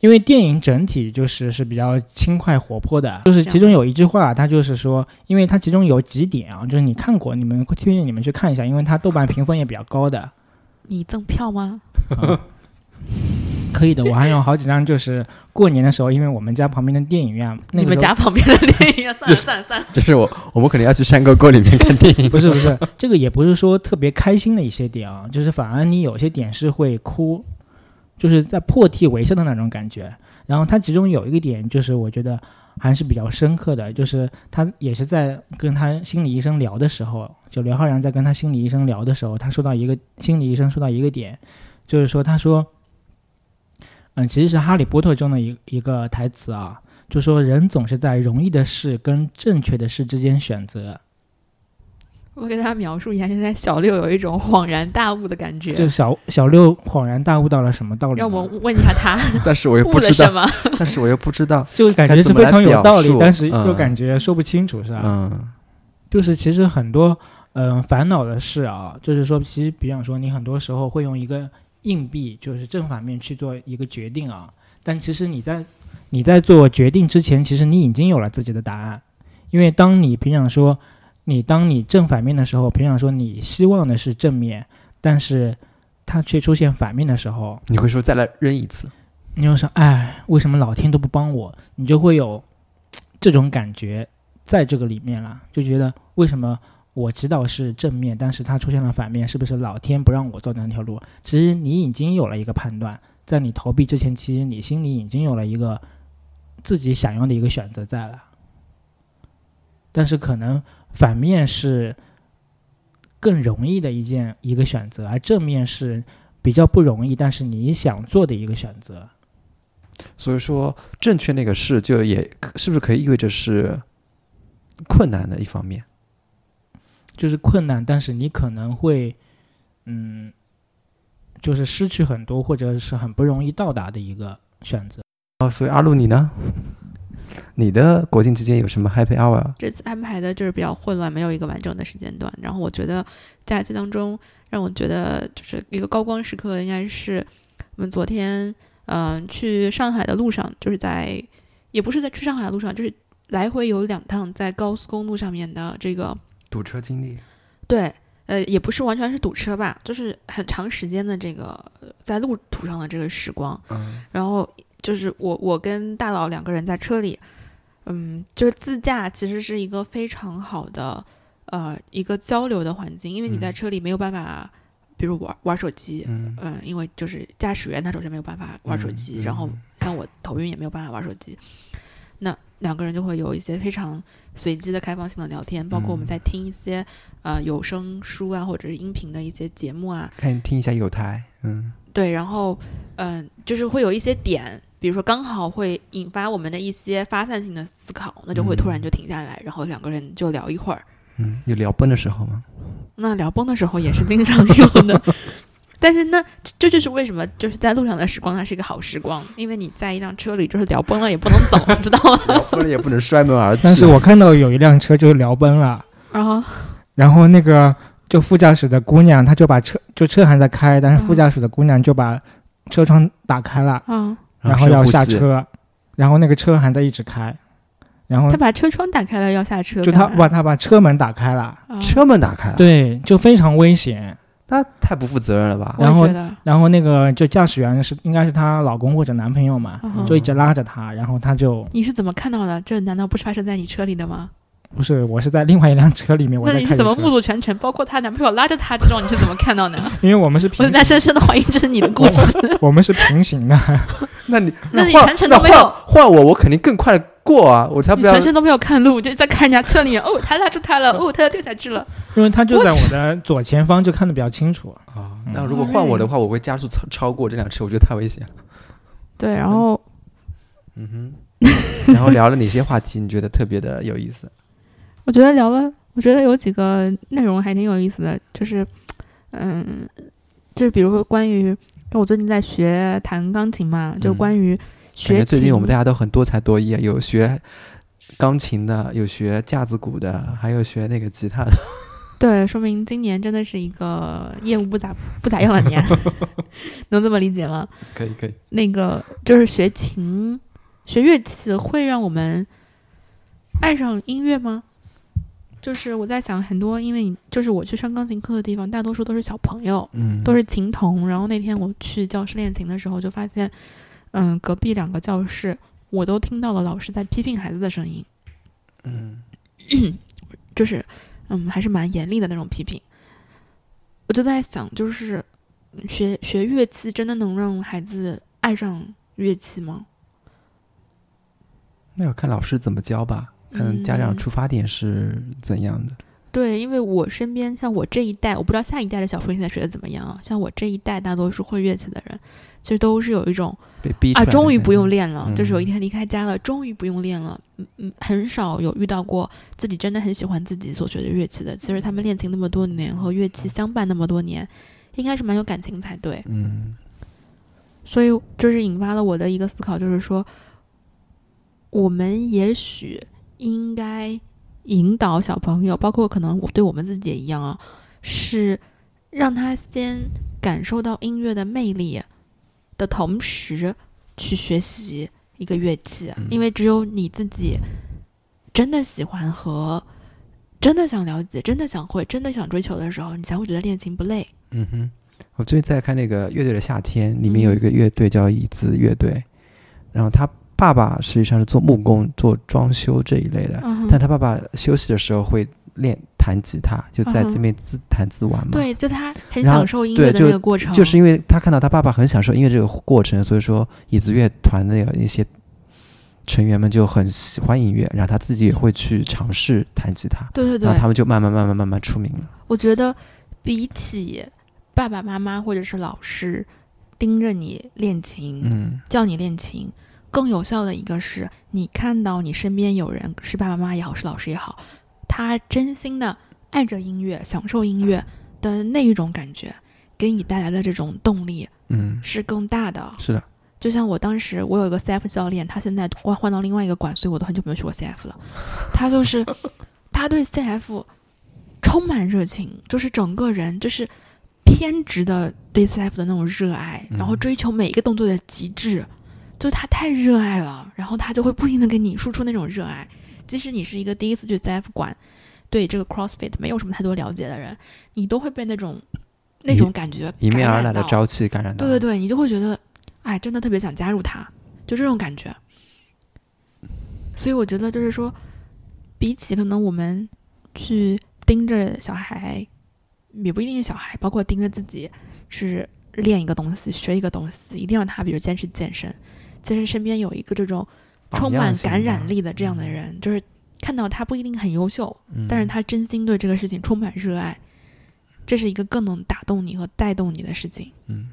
Speaker 4: 因为电影整体就是是比较轻快活泼的，就是其中有一句话，它就是说，因为它其中有几点啊，就是你看过，你们会推荐你们去看一下，因为它豆瓣评分也比较高的。
Speaker 3: 你赠票吗？
Speaker 4: 啊可以的，我还有好几张，就是过年的时候，因为我们家旁边的电影院，那
Speaker 3: 你
Speaker 4: 个
Speaker 3: 们
Speaker 4: 时
Speaker 3: 家
Speaker 4: 候
Speaker 3: 旁边的电影 院，算了算了算了，
Speaker 2: 就是我，我们肯定要去山沟沟里面看电 影。
Speaker 4: 不是不是，这个也不是说特别开心的一些点啊，就是反而你有些点是会哭，就是在破涕为笑的那种感觉。然后它其中有一个点，就是我觉得还是比较深刻的，就是他也是在跟他心理医生聊的时候，就刘昊然在跟他心理医生聊的时候，他说到一个心理医生说到一个点，就是说他说，嗯，其实是《哈利波特》中的一一个台词啊，就说人总是在容易的事跟正确的事之间选择，
Speaker 3: 我给大家描述一下，现在小六有一种恍然大悟的感
Speaker 4: 就
Speaker 3: 觉。
Speaker 4: 小小六恍然大悟到了什么道理呢？
Speaker 3: 让我问一下 他
Speaker 2: 但是我又
Speaker 3: 悟
Speaker 2: 不
Speaker 3: 了
Speaker 2: 知
Speaker 3: 什
Speaker 2: 道，
Speaker 3: 么？
Speaker 2: 但是我又不知道，
Speaker 4: 就感觉是非常有道
Speaker 2: 该怎么来表
Speaker 4: 理
Speaker 2: 述，
Speaker 4: 但是又
Speaker 2: 嗯
Speaker 4: 感觉说不清楚，是吧？
Speaker 2: 嗯
Speaker 4: 就是其实很多嗯、呃烦恼的事啊，就是说，其实比方说你很多时候会用一个硬币，就是正反面去做一个决定啊，但其实你在你在做决定之前，其实你已经有了自己的答案，因为当你平常说你当你正反面的时候，平常说你希望的是正面，但是它却出现反面的时候，
Speaker 2: 你会说再来扔一次，
Speaker 4: 你就说，哎，为什么老天都不帮我？你就会有嘖这种感觉在这个里面了，就觉得为什么我知道是正面，但是它出现了反面，是不是老天不让我走那条路？其实你已经有了一个判断，在你投币之前，其实你心里已经有了一个自己想要的一个选择在了，但是可能反面是更容易的一件一个选择，而正面是。比较不容易，但是你想做的一个选择，
Speaker 2: 所以说正确那个事就也是不是可以意味着是困难的一方面？
Speaker 4: 就是困难，但是你可能会，嗯，就是失去很多，或者是很不容易到达的一个选择。
Speaker 2: 哦，所以阿路你呢？你的国庆期间有什么 happy hour？
Speaker 3: 这次安排的就是比较混乱，没有一个完整的时间段。然后我觉得假期当中，让我觉得就是一个高光时刻，应该是我们昨天嗯、呃去上海的路上，就是在也不是在去上海的路上，就是来回有两趟在高速公路上面的这个
Speaker 2: 堵车经历？
Speaker 3: 对，呃，也不是完全是堵车吧，就是很长时间的这个呃在路途上的这个时光。
Speaker 2: 嗯，
Speaker 3: 然后就是我我跟大佬两个人在车里，嗯，就是自驾其实是一个非常好的呃一个交流的环境，因为你在
Speaker 2: 嗯
Speaker 3: 车里没有办法，比如玩玩手机。
Speaker 2: 嗯，
Speaker 3: 嗯，因为就是驾驶员他首先没有办法玩手
Speaker 2: 嗯
Speaker 3: 机，然后
Speaker 2: 嗯
Speaker 3: 像我头晕也没有办法玩手机，那两个人就会有一些非常随机的开放性的聊天，包括我们
Speaker 2: 嗯
Speaker 3: 在听一些、呃有声书啊或者是音频的一些节目啊，
Speaker 2: 看听一下有台，嗯
Speaker 3: 对，然后嗯、就是会有一些点，比如说刚好会引发我们的一些发散性的思考，那就会突然
Speaker 2: 嗯
Speaker 3: 就停下来，然后两个人就聊一会儿。
Speaker 2: 嗯，有聊崩的时候吗？
Speaker 3: 那聊崩的时候也是经常有的， 但是呢，这这就是为什么就是在路上的时光它啊是一个好时光，因为你在一辆车里就是聊崩了也不能走，知道吗？
Speaker 2: 聊崩了也不能摔门而啊去。
Speaker 4: 但是我看到有一辆车就是聊崩了，
Speaker 3: 然后
Speaker 4: 然后那个就副驾驶的姑娘，她就把车就车还在开，但是副
Speaker 3: 嗯
Speaker 4: 驾驶的姑娘就把车窗打开了，
Speaker 3: 啊，
Speaker 4: 然后
Speaker 2: 深
Speaker 4: 要
Speaker 2: 呼
Speaker 4: 下
Speaker 2: 吸，
Speaker 4: 车，然后那个车还在一直开，然后
Speaker 3: 他把车窗打开了要下车
Speaker 4: 嗯就
Speaker 3: 干
Speaker 4: 她
Speaker 3: 嘛，
Speaker 4: 把她把车门打开了，
Speaker 3: 啊
Speaker 2: 车门打开了，
Speaker 4: 对，就非常危险。
Speaker 2: 那太不负责任了吧？
Speaker 3: 我也
Speaker 4: 然后
Speaker 3: 觉得
Speaker 4: 然后那个就驾驶员是应该是她老公或者男朋友嘛，
Speaker 3: 嗯哼
Speaker 4: 就一直拉着她，然后她就
Speaker 3: 你是怎么看到的？这难道不是发生在你车里的吗？
Speaker 4: 不是我是在另外一辆 车里面，我
Speaker 3: 那
Speaker 4: 在
Speaker 3: 你
Speaker 4: 开
Speaker 3: 是怎
Speaker 4: 着
Speaker 3: 么
Speaker 4: 车，
Speaker 3: 目睹全程？包括她男朋友拉着她这种，你是怎么看 到的？
Speaker 4: 因为我们是
Speaker 3: 我
Speaker 4: 平
Speaker 3: 现在深深的怀疑这是你的故事。
Speaker 4: 我们是平行的，
Speaker 2: 那你
Speaker 3: 那你
Speaker 2: 换
Speaker 3: 全程
Speaker 2: 那
Speaker 3: 都没有
Speaker 2: 换换我，我肯定更快过啊！我才
Speaker 3: 你
Speaker 2: 不要
Speaker 3: 全。程都没有看路，就在看人家车里面。哦，他拉住他了，哦，他要掉下去了。
Speaker 4: 因为他就在我的左前方，就看得比较清楚。
Speaker 2: 啊那如果换我的话，我会加速超超过这辆车，我觉得太危险了。
Speaker 3: 对，然后
Speaker 2: 嗯哼， 然后聊了哪些话题？你觉得特别的有意思？
Speaker 3: 我觉得聊了，我觉得有几个内容还挺有意思的，就是，嗯，就是比如说关于，我最近在学弹钢琴嘛，就
Speaker 2: 嗯
Speaker 3: 关于
Speaker 2: 感
Speaker 3: 学
Speaker 2: 觉
Speaker 3: 琴。
Speaker 2: 最近我们大家都很多才多艺，啊，有学钢琴的，有学架子鼓的，还有学那个吉他的。
Speaker 3: 对，说明今年真的是一个业务不咋不咋样的年，能这么理解吗？
Speaker 2: 可以，可以。
Speaker 3: 那个就是学琴、学乐器会让我们爱上音乐吗？就是我在想，很多因为你就是我去上钢琴课的地方，大多数都是小朋友，
Speaker 2: 嗯，
Speaker 3: 都是琴童。然后那天我去教室练琴的时候，就发现，嗯，隔壁两个教室我都听到了老师在批评孩子的声音，
Speaker 2: 嗯，
Speaker 3: 就是，嗯，还是蛮严厉的那种批评。我就在想，就是嗯学学乐器真的能让孩子爱上乐器吗？
Speaker 2: 那要看老师怎么教吧，看家长
Speaker 3: 嗯
Speaker 2: 出发点是怎样的。
Speaker 3: 对，因为我身边像我这一代，我不知道下一代的小朋友现在学的怎么样啊。像我这一代，大多数会乐器的人，其实都是有一种
Speaker 2: 被逼出
Speaker 3: 啊，
Speaker 2: 来的
Speaker 3: 终于
Speaker 2: 感
Speaker 3: 不
Speaker 2: 觉
Speaker 3: 用练了，就是有一
Speaker 2: 嗯
Speaker 3: 天离开家了，终于不用练了。嗯嗯，很少有遇到过自己真的很喜欢自己所学的乐器的。其实他们练琴那么多年，和乐器相伴那么多年，应该是蛮有感情才对。
Speaker 2: 嗯
Speaker 3: 所以就是引发了我的一个思考，就是说，我们也许应该引导小朋友，包括可能我对我们自己也一样啊，是让他先感受到音乐的魅力的同时，去学习一个乐器，
Speaker 2: 嗯
Speaker 3: 因为只有你自己真的喜欢和真的想了解、真的想会、真的想追求的时候，你才会觉得练琴不累。
Speaker 2: 嗯哼。我最近在看那个《乐队的夏天》，里面有
Speaker 3: 嗯
Speaker 2: 一个乐队叫椅子乐队，然后他爸爸实际上是做木工、做装修这一类的，
Speaker 3: 嗯
Speaker 2: 但他爸爸休息的时候会练弹吉他，就在这边自弹自玩嘛。
Speaker 3: 嗯对，就他很
Speaker 2: 然后
Speaker 3: 享受音
Speaker 2: 对
Speaker 3: 乐的
Speaker 2: 就
Speaker 3: 那个过程，
Speaker 2: 就是因为他看到他爸爸很享受音乐这个过程，所以说椅子乐团的有一些成员们就很喜欢音乐，然后他自己也会去尝试弹吉他，
Speaker 3: 对对
Speaker 2: 然后
Speaker 3: 对
Speaker 2: 他，们就慢慢慢慢慢慢出名了。
Speaker 3: 我觉得比起爸爸妈妈或者是老师盯着你练琴、
Speaker 2: 嗯
Speaker 3: 叫你练琴，更有效的一个是你看到你身边有人是爸爸妈妈也好，是老师也好，他真心的爱着音乐、享受音乐的那一种感觉，给你带来的这种动力
Speaker 2: 嗯，
Speaker 3: 是更大的。
Speaker 2: 是的，
Speaker 3: 就像我当时，我有一个 CF 教练，他现在换换到另外一个馆，所以我都很久没有去过 CF 了。他就是他对 CF 充满热情，就是整个人就是偏执的对 CF 的那种热爱，然后
Speaker 2: 嗯
Speaker 3: 追求每一个动作的极致。就他太热爱了，然后他就会不停的给你输出那种热爱。即使你是一个第一次去 CF 馆，对这个 CrossFit 没有什么太多了解的人，你都会被那种那
Speaker 2: 一
Speaker 3: 种感觉
Speaker 2: 迎面
Speaker 3: 感
Speaker 2: 而
Speaker 3: 染
Speaker 2: 来的
Speaker 3: 到
Speaker 2: 朝气感染到。
Speaker 3: 对对对，你就会觉得，哎，真的特别想加入他，就这种感觉。所以我觉得就是说，比起可能我们去盯着小孩，也不一定是小孩，包括盯着自己去练一个东西、学一个东西，一定让他比如坚持健身，健身身边有一个这种
Speaker 2: 榜
Speaker 3: 充
Speaker 2: 样
Speaker 3: 满
Speaker 2: 型
Speaker 3: 感
Speaker 2: 的
Speaker 3: 染力的这样的人，就是看到他不一定很优秀，
Speaker 2: 嗯
Speaker 3: 但是他真心对这个事情充满热爱，这是一个更能打动你和带动你的事情。
Speaker 2: 嗯，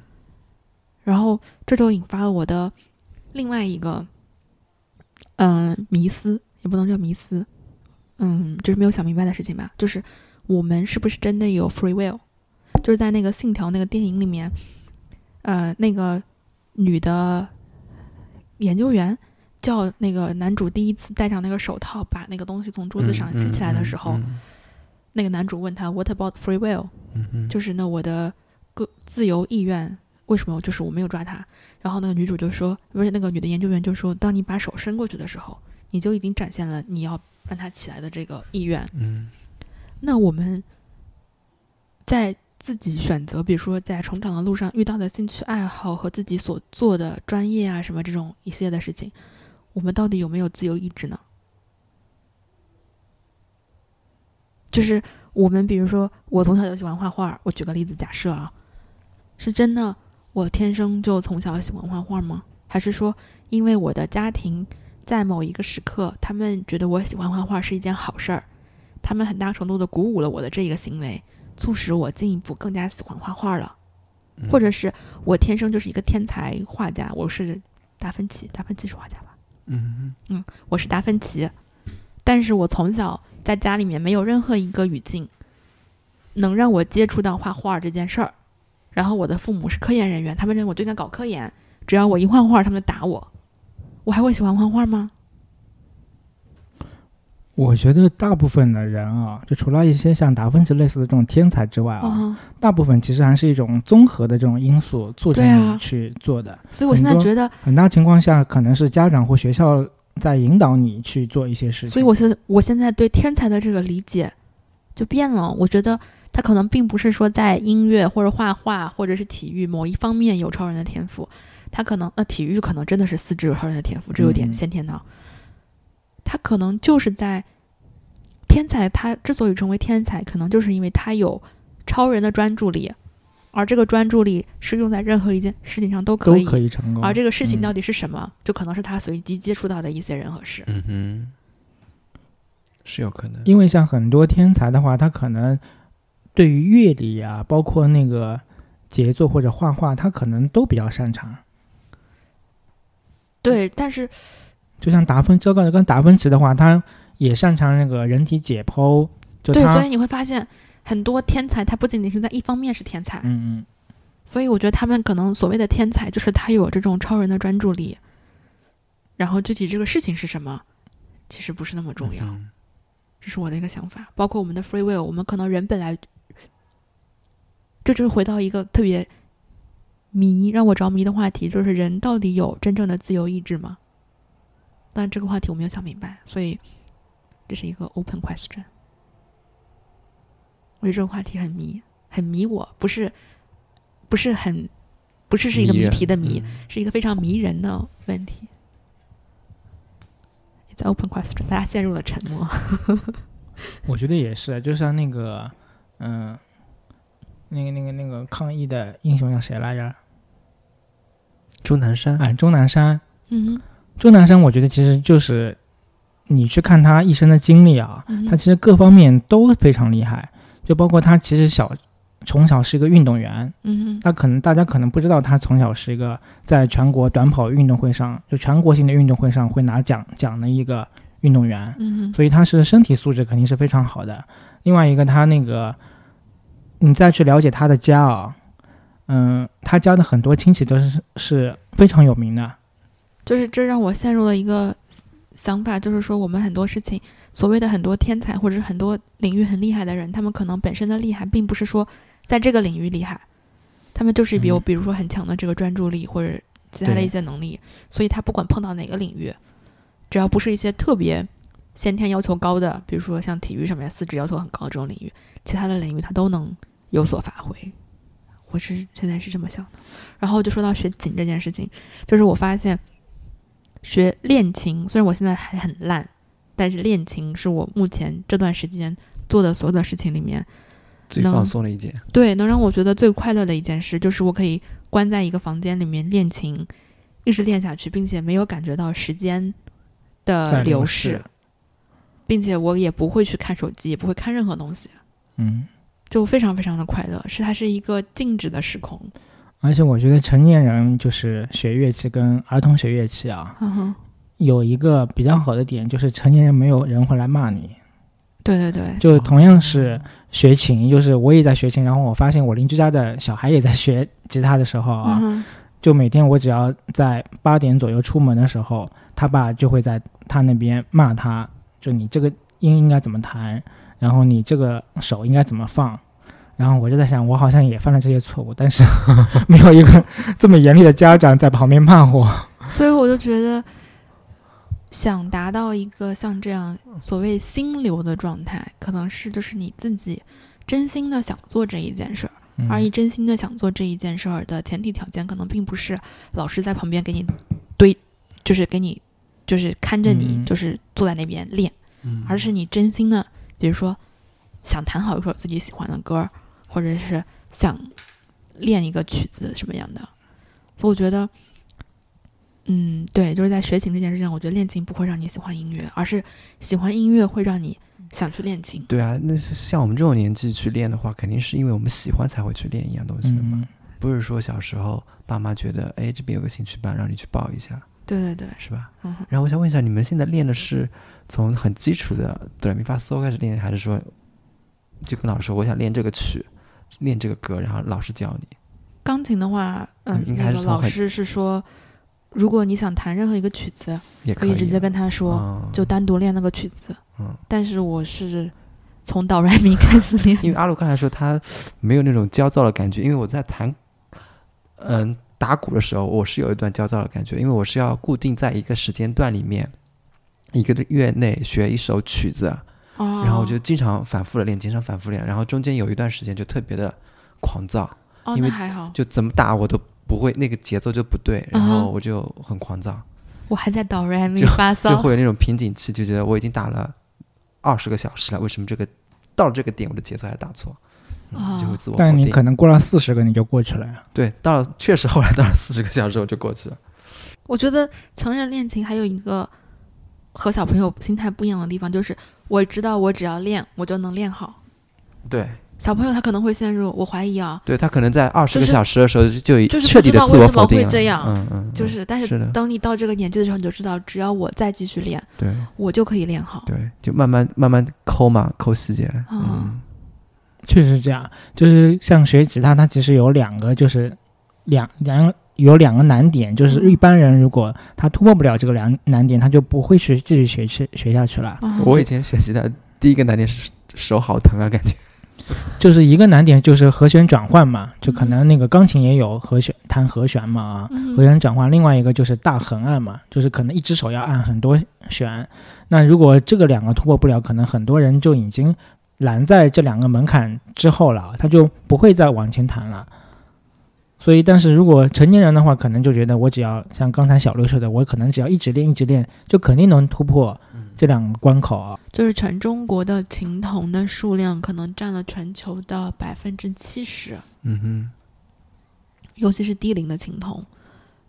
Speaker 3: 然后这就引发了我的另外一个，嗯、迷思，也不能叫迷思，嗯，就是没有想明白的事情吧。就是我们是不是真的有 free will？就是在那个《信条》那个电影里面，呃，那个女的研究员叫那个男主第一次戴上那个手套，把那个东西从桌子上吸起来的时候，
Speaker 2: 嗯
Speaker 3: 那个男主问他 "What about free will？"，
Speaker 2: 嗯嗯
Speaker 3: 就是那我的个自由意愿，为什么就是我没有抓他？然后那个女主就说，不是那个女的研究员就说，当你把手伸过去的时候，你就已经展现了你要让他起来的这个意愿。
Speaker 2: 嗯
Speaker 3: 那我们在自己选择，比如说在成长的路上遇到的兴趣爱好和自己所做的专业啊什么这种一系列的事情，我们到底有没有自由意志呢？就是我们，比如说我从小就喜欢画画，我举个例子假设啊，是真的我天生就从小喜欢画画吗？还是说因为我的家庭在某一个时刻，他们觉得我喜欢画画是一件好事儿，他们很大程度的鼓舞了我的这一个行为，促使我进一步更加喜欢画画了，
Speaker 2: 嗯
Speaker 3: 或者是我天生就是一个天才画家，我是达芬奇，达芬奇是画家吧？
Speaker 2: 嗯
Speaker 3: 我是达芬奇，但是我从小在家里面没有任何一个语境能让我接触到画画这件事儿。然后我的父母是科研人员，他们认为我就应该搞科研，只要我一画画，他们就打我，我还会喜欢画画吗？
Speaker 4: 我觉得大部分的人啊，就除了一些像达芬奇类似的这种天才之外啊，
Speaker 3: 嗯，
Speaker 4: 大部分其实还是一种综合的这种因素促成
Speaker 3: 对啊
Speaker 4: 你去做的。
Speaker 3: 所以我现在
Speaker 4: 很多
Speaker 3: 觉得，
Speaker 4: 很大情况下，可能是家长或学校在引导你去做一些事情。
Speaker 3: 所以我现在我现在对天才的这个理解就变了。我觉得他可能并不是说在音乐或者画画或者是体育某一方面有超人的天赋，他可能那体育可能真的是四肢有超人的天赋，这有点
Speaker 4: 嗯
Speaker 3: 先天的啊。他可能就是在天才，他之所以成为天才，可能就是因为他有超人的专注力，而这个专注力是用在任何一件事情上都可
Speaker 4: 都
Speaker 3: 以。
Speaker 4: 可以成功。
Speaker 3: 而这个事情
Speaker 4: 嗯嗯
Speaker 3: 到底是什么，就可能是他随机接触到的一些人和事。
Speaker 2: 嗯哼，嗯是有可能。
Speaker 4: 因为像很多天才的话，他可能对于乐理啊，包括那个杰作或者画画，他可能都比较擅长。
Speaker 3: 对，但是
Speaker 4: 就像达芬，这个跟达芬奇的话，他也擅长那个人体解剖，就
Speaker 3: 对，
Speaker 4: 他
Speaker 3: 所以你会发现很多天才，他不仅仅是在一方面是天才，
Speaker 4: 嗯嗯，
Speaker 3: 所以我觉得他们可能所谓的天才，就是他有这种超人的专注力，然后具体这个事情是什么，其实不是那么重要。
Speaker 2: 嗯
Speaker 3: 这是我的一个想法。包括我们的 free will，我们可能人本来这就是回到一个特别迷让我着迷的话题，就是人到底有真正的自由意志吗？但这个话题我没有想明白，所以这是一个 open question。我觉得这个话题很迷，很迷我，不是不是很不是是一个谜
Speaker 2: 人
Speaker 3: 题的谜，
Speaker 2: 嗯
Speaker 3: 是一个非常迷人的问题。在 open question，大家陷入了沉默。
Speaker 4: 我觉得也是，就像那个，嗯、那个那个那个抗疫的英雄叫谁来着？
Speaker 2: 钟南山，
Speaker 4: 哎，钟南山，
Speaker 3: 嗯
Speaker 4: 钟南山，我觉得其实就是你去看他一生的经历啊，
Speaker 3: 哼，
Speaker 4: 他其实各方面都非常厉害，就包括他其实小从小是一个运动员，
Speaker 3: 嗯哼，
Speaker 4: 他可能大家可能不知道，他从小是一个在全国短跑运动会上，就全国性的运动会上会拿奖奖的一个运动员，
Speaker 3: 嗯哼，
Speaker 4: 所以他是身体素质肯定是非常好的。另外一个，他那个你再去了解他的家啊、嗯，他家的很多亲戚都是是非常有名的，
Speaker 3: 就是这让我陷入了一个想法，就是说我们很多事情，所谓的很多天才或者是很多领域很厉害的人，他们可能本身的厉害，并不是说在这个领域厉害，他们就是有
Speaker 4: 嗯
Speaker 3: 比如说很强的这个专注力或者其他的一些能力，所以他不管碰到哪个领域，只要不是一些特别先天要求高的，比如说像体育上面四肢要求很高这种领域，其他的领域他都能有所发挥。我是现在是这么想的。然后就说到学琴这件事情，就是我发现学练琴，虽然我现在还很烂，但是练琴是我目前这段时间做的所有的事情里面，
Speaker 2: 最
Speaker 3: 能
Speaker 2: 放松了一点。
Speaker 3: 对能让我觉得最快乐的一件事，就是我可以关在一个房间里面练琴，一直练下去，并且没有感觉到时间的
Speaker 4: 在流
Speaker 3: 流
Speaker 4: 逝
Speaker 3: 逝，并且我也不会去看手机，也不会看任何东西，
Speaker 4: 嗯。
Speaker 3: 就非常非常的快乐，是它是一个静止的时空。
Speaker 4: 而且我觉得成年人就是学乐器跟儿童学乐器啊，
Speaker 3: 嗯哼，
Speaker 4: 有一个比较好的点就是成年人没有人会来骂你，
Speaker 3: 对对对，
Speaker 4: 就同样是学琴，就是我也在学琴，然后我发现我邻居家的小孩也在学吉他的时候啊，
Speaker 3: 嗯哼，
Speaker 4: 就每天我只要在八点左右出门的时候，他爸就会在他那边骂他，就你这个音应该怎么弹，然后你这个手应该怎么放。然后我就在想，我好像也犯了这些错误，但是 没有一个这么严厉的家长在旁边骂我。
Speaker 3: 所以我就觉得，想达到一个像这样所谓心流的状态，可能是就是你自己真心的想做这一件事儿，
Speaker 4: 嗯
Speaker 3: 而你真心的想做这一件事儿的前提条件，可能并不是老师在旁边给你堆，就是给你就是看着你，
Speaker 4: 嗯
Speaker 3: 就是坐在那边练，
Speaker 2: 嗯
Speaker 3: 而是你真心的，比如说想弹好一首自己喜欢的歌儿，或者是想练一个曲子什么样的。所以我觉得，嗯，对，就是在学琴这件事情，我觉得练琴不会让你喜欢音乐，而是喜欢音乐会让你想去练琴。
Speaker 2: 对啊，那是像我们这种年纪去练的话，肯定是因为我们喜欢才会去练一样东西的嘛，
Speaker 4: 嗯，
Speaker 2: 不是说小时候爸妈觉得，哎，这边有个兴趣班，让你去报一下，
Speaker 3: 对对对，
Speaker 2: 是吧？
Speaker 3: 嗯哼，
Speaker 2: 然后我想问一下，你们现在练的是从很基础的哆来咪发嗦开始练，还是说就跟老师说我想练这个曲，练这个歌，然后老师教你？
Speaker 3: 钢琴的话，嗯
Speaker 2: 嗯，应该
Speaker 3: 那
Speaker 2: 是
Speaker 3: 个
Speaker 2: 从
Speaker 3: 老
Speaker 2: 很
Speaker 3: 师是说，如果你想弹任何一个曲子，
Speaker 2: 也
Speaker 3: 可
Speaker 2: 以
Speaker 3: 以直接跟他说，
Speaker 2: 嗯、
Speaker 3: 就单独练那个曲子。
Speaker 2: 嗯
Speaker 3: 但是我是从哆来咪开始 练，
Speaker 2: 因为阿鲁刚才说他没有那种焦躁的感觉，因为我在弹，嗯，打鼓的时候我是有一段焦躁的感觉，因为我是要固定在一个时间段里面，一个月内学一首曲子，
Speaker 3: 哦、
Speaker 2: 然后我就经常反复的练，经常反复练，然后中间有一段时间就特别的狂躁，
Speaker 3: 哦，
Speaker 2: 因
Speaker 3: 那
Speaker 2: 为
Speaker 3: 还好，
Speaker 2: 就怎么打我都不会，那个节奏就不对，然
Speaker 3: 啊哈
Speaker 2: 后我就很狂躁，
Speaker 3: 我还在哆来咪
Speaker 2: 就
Speaker 3: 发
Speaker 2: 就
Speaker 3: 嗦。
Speaker 2: 会有那种瓶颈期，就觉得我已经打了二十个小时了，为什么这个到了这个点我的节奏还打错？嗯、就
Speaker 3: 啊
Speaker 2: 会自我否
Speaker 4: 但
Speaker 2: 定。
Speaker 4: 你可能过了四十个你就过去了呀。
Speaker 2: 对，到了确实后来到了四十个小时我就过去了。
Speaker 3: 我觉得成人恋情还有一个和小朋友心态不一样的地方，就是我知道我只要练，我就能练好。
Speaker 2: 对，
Speaker 3: 小朋友他可能会陷入，我怀疑啊，
Speaker 2: 对他可能在二十个
Speaker 3: 就是
Speaker 2: 小时的时候就已
Speaker 3: 就是
Speaker 2: 彻底的
Speaker 3: 不知
Speaker 2: 自
Speaker 3: 道
Speaker 2: 我
Speaker 3: 为什
Speaker 2: 否
Speaker 3: 么
Speaker 2: 定了，
Speaker 3: 会这样
Speaker 2: 嗯嗯，嗯
Speaker 3: 就是但
Speaker 2: 是
Speaker 3: 是
Speaker 2: 的
Speaker 3: 当你到这个年纪的时候，你就知道，只要我再继续练，
Speaker 2: 对
Speaker 3: 我就可以练好。
Speaker 2: 对，就慢慢慢慢抠嘛，抠细节，嗯
Speaker 3: 嗯，
Speaker 4: 确实是这样，就是像学吉他，它其实有两个，就是两两有两个难点，就是
Speaker 3: 嗯
Speaker 4: 一般人如果他突破不了这个两难点，他就不会去继续学去学下去了。
Speaker 3: 啊
Speaker 2: 我以前学习的第一个难点是手好疼啊，感觉，
Speaker 4: 就是一个难点就是和弦转换嘛，就可能那个钢琴也有和弦弹和弦嘛啊，
Speaker 3: 嗯
Speaker 4: 和弦转换。另外一个就是大横按嘛，就是可能一只手要按很多弦。那如果这个两个突破不了，可能很多人就已经拦在这两个门槛之后了，他就不会再往前弹了。所以，但是如果成年人的话，可能就觉得我只要像刚才小刘说的，我可能只要一直练，一直练，就肯定能突破这两个关口啊。
Speaker 3: 就是全中国的琴童的数量可能占了全球的百分之七十，
Speaker 2: 嗯哼，
Speaker 3: 尤其是低龄的琴童。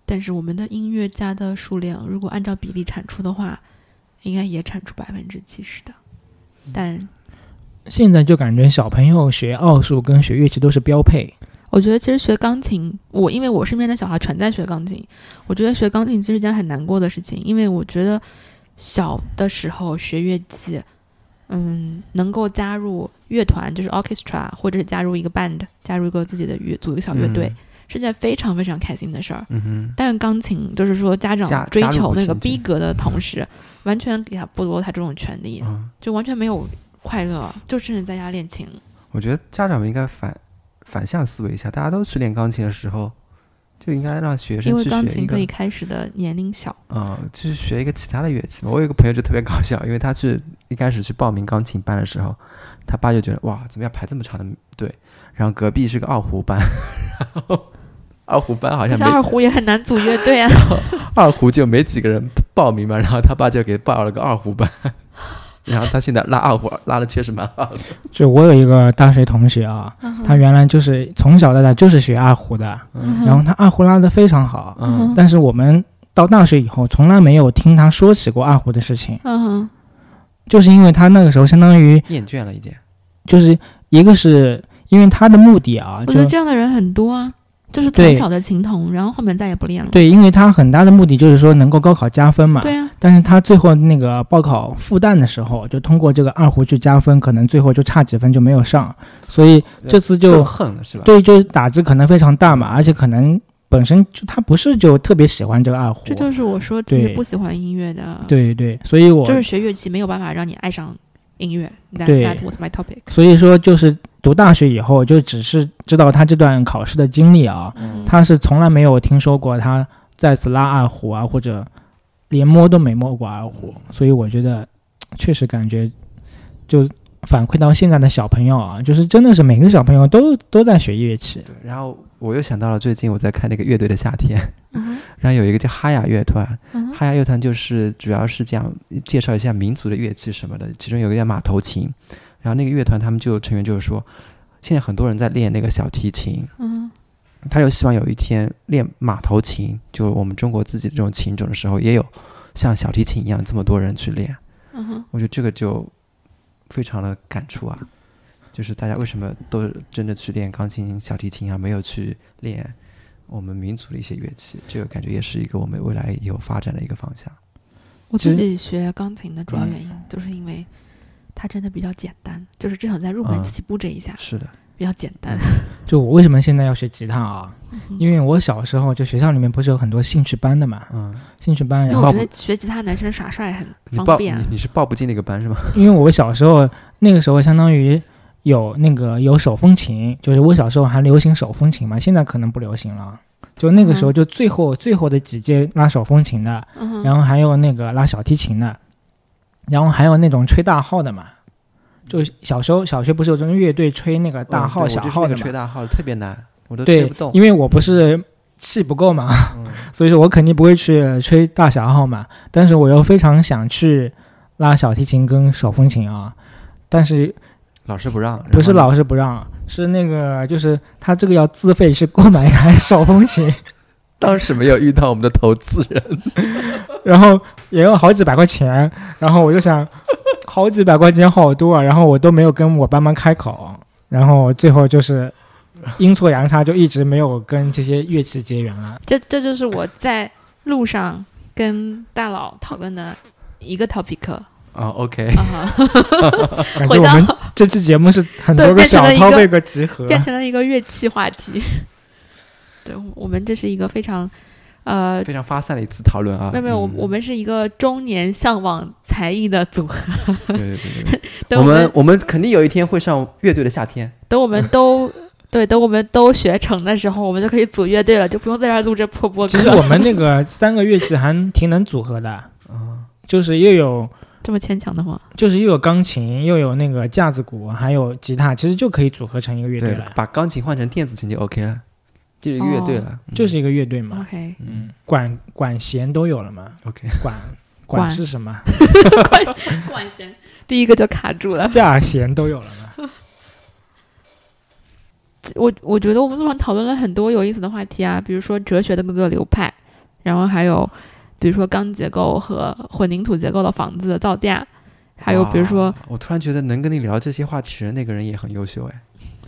Speaker 3: 但是我们的音乐家的数量，如果按照比例产出的话，应该也产出百分之七十的。但
Speaker 4: 现在就感觉小朋友学奥数跟学乐器都是标配，
Speaker 3: 我觉得其实学钢琴，我因为我身边的小孩全在学钢琴，我觉得学钢琴其实一件很难过的事情，因为我觉得小的时候学乐器，嗯，能够加入乐团，就是 orchestra，或者是加入一个 band，加入一个自己的乐组一个小乐队，是件非常非常开心的事儿。
Speaker 2: 嗯哼，
Speaker 3: 但钢琴就是说家
Speaker 2: 加
Speaker 3: 长追
Speaker 2: 加入
Speaker 3: 求
Speaker 2: 不
Speaker 3: 那个
Speaker 2: 行
Speaker 3: 逼格的同时，完全给他剥夺他这种权利，
Speaker 2: 嗯，
Speaker 3: 就完全没有快乐，就甚至在家练琴。
Speaker 2: 我觉得家长们应该反反向思维一下，大家都去练钢琴的时候，就应该让学
Speaker 3: 因
Speaker 2: 生
Speaker 3: 为
Speaker 2: 去
Speaker 3: 钢
Speaker 2: 学一
Speaker 3: 琴可
Speaker 2: 个
Speaker 3: 以，开始的年龄小，
Speaker 2: 嗯，去学一个其他的乐器嘛。我有一个朋友就特别搞笑，因为他去一开始去报名钢琴班的时候，他爸就觉得哇，怎么要排这么长的队？然后隔壁是个二胡班， 然后二胡班好
Speaker 3: 但
Speaker 2: 像
Speaker 3: 是
Speaker 2: 没
Speaker 3: 二胡也很难组乐队 啊。
Speaker 2: 二胡就没几个人报名嘛，然后他爸就给报了个二胡 班，然后他现在拉二胡拉的确实蛮好的。
Speaker 4: 就我有一个大学同学啊，他原来就是从小到大就是学二胡的，
Speaker 3: 嗯
Speaker 4: 然后他二胡拉得非常好，
Speaker 2: 嗯
Speaker 3: 嗯
Speaker 4: 但是我们到大学以后从来没有听他说起过二胡的事情，
Speaker 3: 嗯哼，
Speaker 4: 就是因为他那个时候相当于
Speaker 2: 厌倦了已经。
Speaker 4: 就是一个是因为他的目的啊，
Speaker 3: 我觉得
Speaker 4: 就
Speaker 3: 这样的人很多啊，就是从
Speaker 4: 对
Speaker 3: 小的琴童，然后后面再也不练了。
Speaker 4: 对，因为他很大的目的就是说能够高考加分嘛，
Speaker 3: 对啊，
Speaker 4: 但是他最后那个报考复旦的时候，就通过这个二胡去加分，可能最后就差几分就没有上，所以这次就
Speaker 2: 更恨了是吧？
Speaker 4: 对，就是打击可能非常大嘛，而且可能本身就他不是就特别喜欢这个二胡，
Speaker 3: 这就是我说其实
Speaker 4: 对
Speaker 3: 不喜欢音乐的，
Speaker 4: 对对，所以我、
Speaker 3: 就是学乐器没有办法让你爱上音乐。That
Speaker 4: 对
Speaker 3: that was my topic。
Speaker 4: 所以说就是读大学以后，就只是知道他这段考试的经历啊，
Speaker 2: 嗯
Speaker 4: 他是从来没有听说过他再次拉二胡啊，或者连摸都没摸过二胡，
Speaker 3: 嗯
Speaker 4: 所以我觉得确实感觉就。反馈到现在的小朋友啊，就是真的是每个小朋友都都在学乐器，
Speaker 2: 对，然后我又想到了最近我在看那个乐队的夏天，
Speaker 3: 嗯
Speaker 2: 然后有一个叫哈雅乐团，
Speaker 3: 哼，嗯
Speaker 2: 哈雅乐团就是主要是讲介绍一下民族的乐器什么的，其中有一个叫马头琴，然后那个乐团他们就成员就是说，现在很多人在练那个小提琴，
Speaker 3: 嗯
Speaker 2: 他就希望有一天练马头琴，就我们中国自己的这种琴种的时候，也有像小提琴一样这么多人去练。
Speaker 3: 嗯哼，
Speaker 2: 我觉得这个就非常的感触啊，就是大家为什么都真的去练钢琴、小提琴啊，没有去练我们民族的一些乐器？这个感觉也是一个我们未来有发展的一个方向。
Speaker 3: 我
Speaker 4: 其实嗯
Speaker 3: 自己学钢琴的主要原因就是因为它真的比较简单，就是至少在入门
Speaker 2: 嗯
Speaker 3: 起步这一下
Speaker 2: 是的，
Speaker 3: 比较简单。
Speaker 4: 就我为什么现在要学吉他啊？
Speaker 3: 嗯
Speaker 4: 因为我小时候就学校里面不是有很多兴趣班的嘛，
Speaker 2: 嗯，
Speaker 4: 兴趣班，
Speaker 3: 因为
Speaker 4: 然
Speaker 3: 我
Speaker 4: 后
Speaker 3: 觉得学吉他男生耍帅很
Speaker 2: 你
Speaker 3: 方
Speaker 2: 报你
Speaker 3: 便啊。
Speaker 2: 你是报不进那个班是吗？
Speaker 4: 因为我小时候那个时候相当于有那个有手风琴，就是我小时候还流行手风琴嘛，现在可能不流行了。就那个时候就最后、最后的几届拉手风琴的，
Speaker 3: 嗯哼，
Speaker 4: 然后还有那个拉小提琴的，然后还有那种吹大号的嘛。就小时候小学不是有这种乐队吹那个大
Speaker 2: 嗯
Speaker 4: 号、
Speaker 2: 对
Speaker 4: 啊小
Speaker 2: 我就是
Speaker 4: 号
Speaker 2: 那
Speaker 4: 的
Speaker 2: 个
Speaker 4: 嘛？
Speaker 2: 吹大号的特别难，我都吹
Speaker 4: 对
Speaker 2: 不动，。
Speaker 4: 因为我不是气不够嘛，
Speaker 2: 嗯
Speaker 4: 所以说我肯定不会去吹大小号嘛，但是我又非常想去拉小提琴跟手风琴啊，但是
Speaker 2: 老师不让，然
Speaker 4: 不啊是
Speaker 2: 后
Speaker 4: 老师不让，是那个就是他这个要自费去购买一台手风琴，
Speaker 2: 当时没有遇到我们的投资人，
Speaker 4: 然后也有好几百块钱，然后我就想，好几百块钱好多啊，然后我都没有跟我爸妈开口，然后最后就是阴错阳差，就一直没有跟这些乐器结缘了。
Speaker 3: 这这就是我在路上跟大佬讨论的一个 topic 啊
Speaker 2: 啊，OK，
Speaker 3: 哈，
Speaker 4: 感觉
Speaker 3: 回
Speaker 4: 我们
Speaker 3: 到
Speaker 4: 这期节目是很多
Speaker 3: 对变成
Speaker 4: 小
Speaker 3: 了一个
Speaker 4: topic 集合，啊
Speaker 3: 变成了一个乐器话题。对我们这是一个非常呃，
Speaker 2: 非常发散的一次讨论啊。
Speaker 3: 没有没有，我
Speaker 2: 嗯
Speaker 3: 我们是一个中年向往才艺的组 合。
Speaker 2: 对对对对对，
Speaker 3: 等
Speaker 2: 我
Speaker 3: 我
Speaker 2: 们我们肯定有一天会上乐队的夏天。
Speaker 3: 等我们都对，等我们都学成的时候，我们就可以组乐队了，就不用在这儿录这破播
Speaker 4: 其实
Speaker 3: 客
Speaker 4: 我
Speaker 3: 了。
Speaker 4: 们那个三个乐器还挺能组合的，
Speaker 2: 哦
Speaker 4: 就是又有
Speaker 3: 这么牵强的吗？
Speaker 4: 就是又有钢琴，又有那个架子鼓，还有吉他，其实就可以组合成一个乐队啊
Speaker 2: 对
Speaker 4: 了，，
Speaker 2: 把钢琴换成电子琴就 OK 了，就是一个乐队
Speaker 3: 哦
Speaker 2: 了，嗯
Speaker 4: 就是一个乐队嘛。
Speaker 3: OK，
Speaker 4: 嗯，管管弦都有了嘛？
Speaker 2: OK。
Speaker 4: 管
Speaker 3: 管
Speaker 4: 管是什么？嗯
Speaker 3: 管弦第一个就卡住了。
Speaker 4: 架弦都有了嘛？
Speaker 3: 我我觉得我们路上讨论了很多有意思的话题啊，比如说哲学的各个流派，然后还有比如说钢结构和混凝土结构的房子的造价，还有比如说
Speaker 2: 哇，我突然觉得能跟你聊这些话题的那个人也很优秀哎。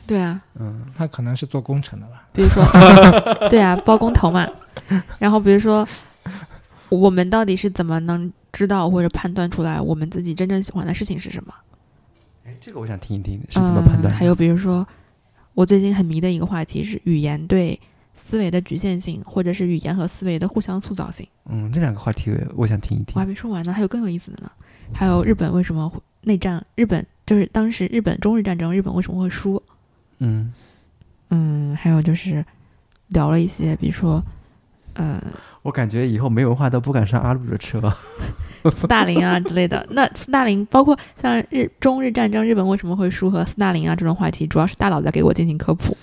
Speaker 3: 对啊，
Speaker 2: 嗯，
Speaker 4: 他可能是做工程的吧？
Speaker 3: 比如说 对啊，包工头嘛，然后比如说我们到底是怎么能知道或者判断出来我们自己真正喜欢的事情是什么？
Speaker 2: 哎，这个我想听一听是怎么判断的、
Speaker 3: 嗯还有比如说，我最近很迷的一个话题是语言对思维的局限性，或者是语言和思维的互相塑造性。
Speaker 2: 嗯，这两个话题我我想听一
Speaker 3: 我还
Speaker 2: 听。
Speaker 3: 没说完呢，还有更有意思的呢。还有日本为什么会内战？日本就是当时日本中日战争，日本为什么会输？
Speaker 2: 嗯，
Speaker 3: 嗯，还有就是聊了一些，比如说， 呃，
Speaker 2: 我感觉以后没文化都不敢上阿鲁的 车。
Speaker 3: 斯大林啊之类的。那斯大林包括像日中日战争，日本为什么会输和斯大林啊这种话题，主要是大佬在给我进行科普。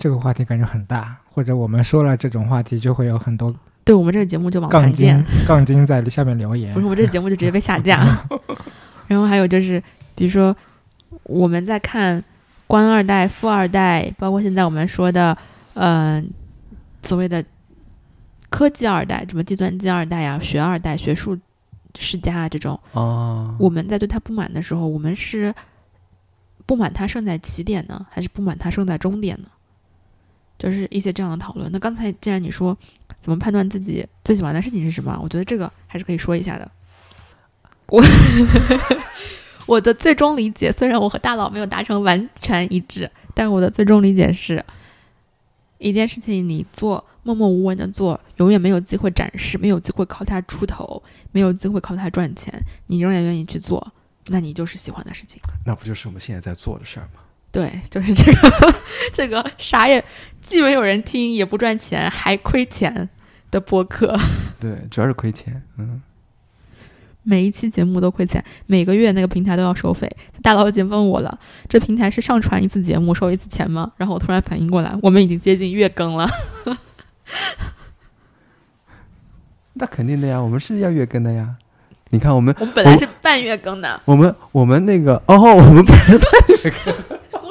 Speaker 4: 这个话题感觉很大，或者我们说了这种话题，就会有很多
Speaker 3: 对我们这个节目就网
Speaker 4: 杠
Speaker 3: 盘哦见
Speaker 4: 精。杠精在下面留言
Speaker 3: 不。是，我们这个节目就直接被下架。 然后还有就是，比如说我们在看官二代、富二代，包括现在我们说的，嗯、所谓的科技二代，什么计算机二代呀、学二代、学术世家啊这种，
Speaker 2: 哦，
Speaker 3: 我们在对他不满的时候，我们是不满他胜在起点呢，还是不满他胜在终点呢？就是一些这样的讨论。那刚才既然你说怎么判断自己最喜欢的事情是什么，我觉得这个还是可以说一下的。我 我的最终理解，虽然我和大佬没有达成完全一致，但我的最终理解是，一件事情你做默默无闻的做，永远没有机会展示，没有机会靠它出头，没有机会靠它赚钱，你仍然愿意去做，那你就是喜欢的事情。
Speaker 2: 那不就是我们现在在做的事儿吗？
Speaker 3: 对，就是这个 这个啥也既没有人听，也不赚钱，还亏钱的播客，
Speaker 2: 对，主要是亏钱。嗯，
Speaker 3: 每一期节目都亏钱，每个月那个平台都要收费。大佬已经问我了，这平台是上传一次节目收一次钱吗？然后我突然反应过来，我们已经接近月更了。
Speaker 2: 那肯定的呀，我们是要月更的呀。你看我们。
Speaker 3: 我们本来是半月更的，
Speaker 2: 我们我们那个哦，我们
Speaker 3: 我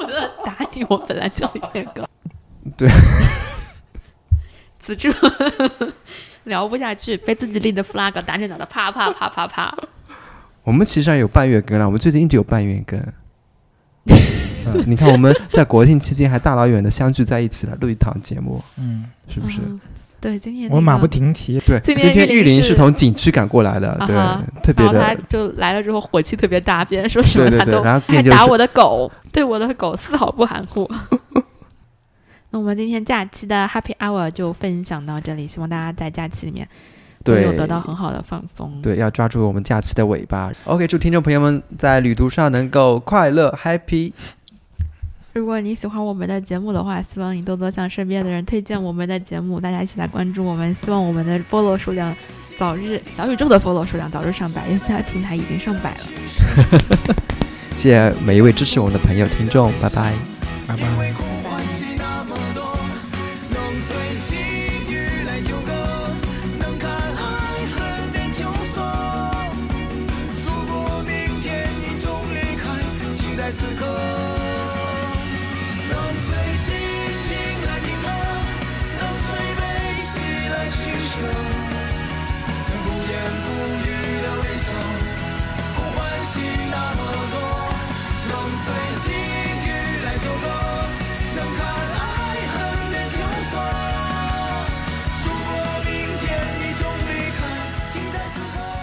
Speaker 3: 觉得打你，我本来就月更。
Speaker 2: 对，
Speaker 3: 此处 聊不下去，被自己立的 flag 打脸打的啪啪啪啪啪。
Speaker 2: 我们其实上有半月更了，我们最近一直有半月更。嗯，你看我们在国庆期间还大老远的相聚在一起了，录一档节目，
Speaker 4: 嗯，
Speaker 2: 是不是？
Speaker 3: 嗯对，今天、那个、
Speaker 4: 我马不停蹄。
Speaker 2: 对，
Speaker 3: 今
Speaker 2: 今
Speaker 3: 天
Speaker 2: 天
Speaker 3: 玉
Speaker 2: 玉
Speaker 3: 林
Speaker 2: 林
Speaker 3: 是
Speaker 2: 是从景区赶过来的，对，
Speaker 3: 啊哈
Speaker 2: 特别
Speaker 3: 然后他
Speaker 2: 的，
Speaker 3: 就来了之后火气特别大，别人说什么
Speaker 2: 对对
Speaker 3: 他
Speaker 2: 对
Speaker 3: 都，
Speaker 2: 然后
Speaker 3: 还
Speaker 2: 店就
Speaker 3: 打
Speaker 2: 是
Speaker 3: 我的狗，对我的狗丝毫不含糊。 那我们今天假期的 Happy Hour 就分享到这里，希望大家在假期里面都有
Speaker 2: 对
Speaker 3: 得到很好的放松。
Speaker 2: 对，要抓住我们假期的尾巴。OK，祝听众朋友们在旅途上能够快乐 happy。
Speaker 3: 如果你喜欢我们的节目的话，希望你多多向身边的人推荐我们的节目，大家一起来关注我们。希望我们的 follow 数量早日小宇宙的 follow 数量早日上百，因为现在平台已经上百了。
Speaker 2: 谢谢每一位支持我们的朋友听众，拜拜。
Speaker 4: 拜
Speaker 1: 因
Speaker 4: 拜
Speaker 1: 为。空欢喜那么多，能随际遇来就歌，能看爱恨变求索。如果明天你终离开，请在此刻，能随心情来停留，能随悲喜随着情欲来纠葛，能看爱恨变秋色。如果明天你终离开，请在此刻。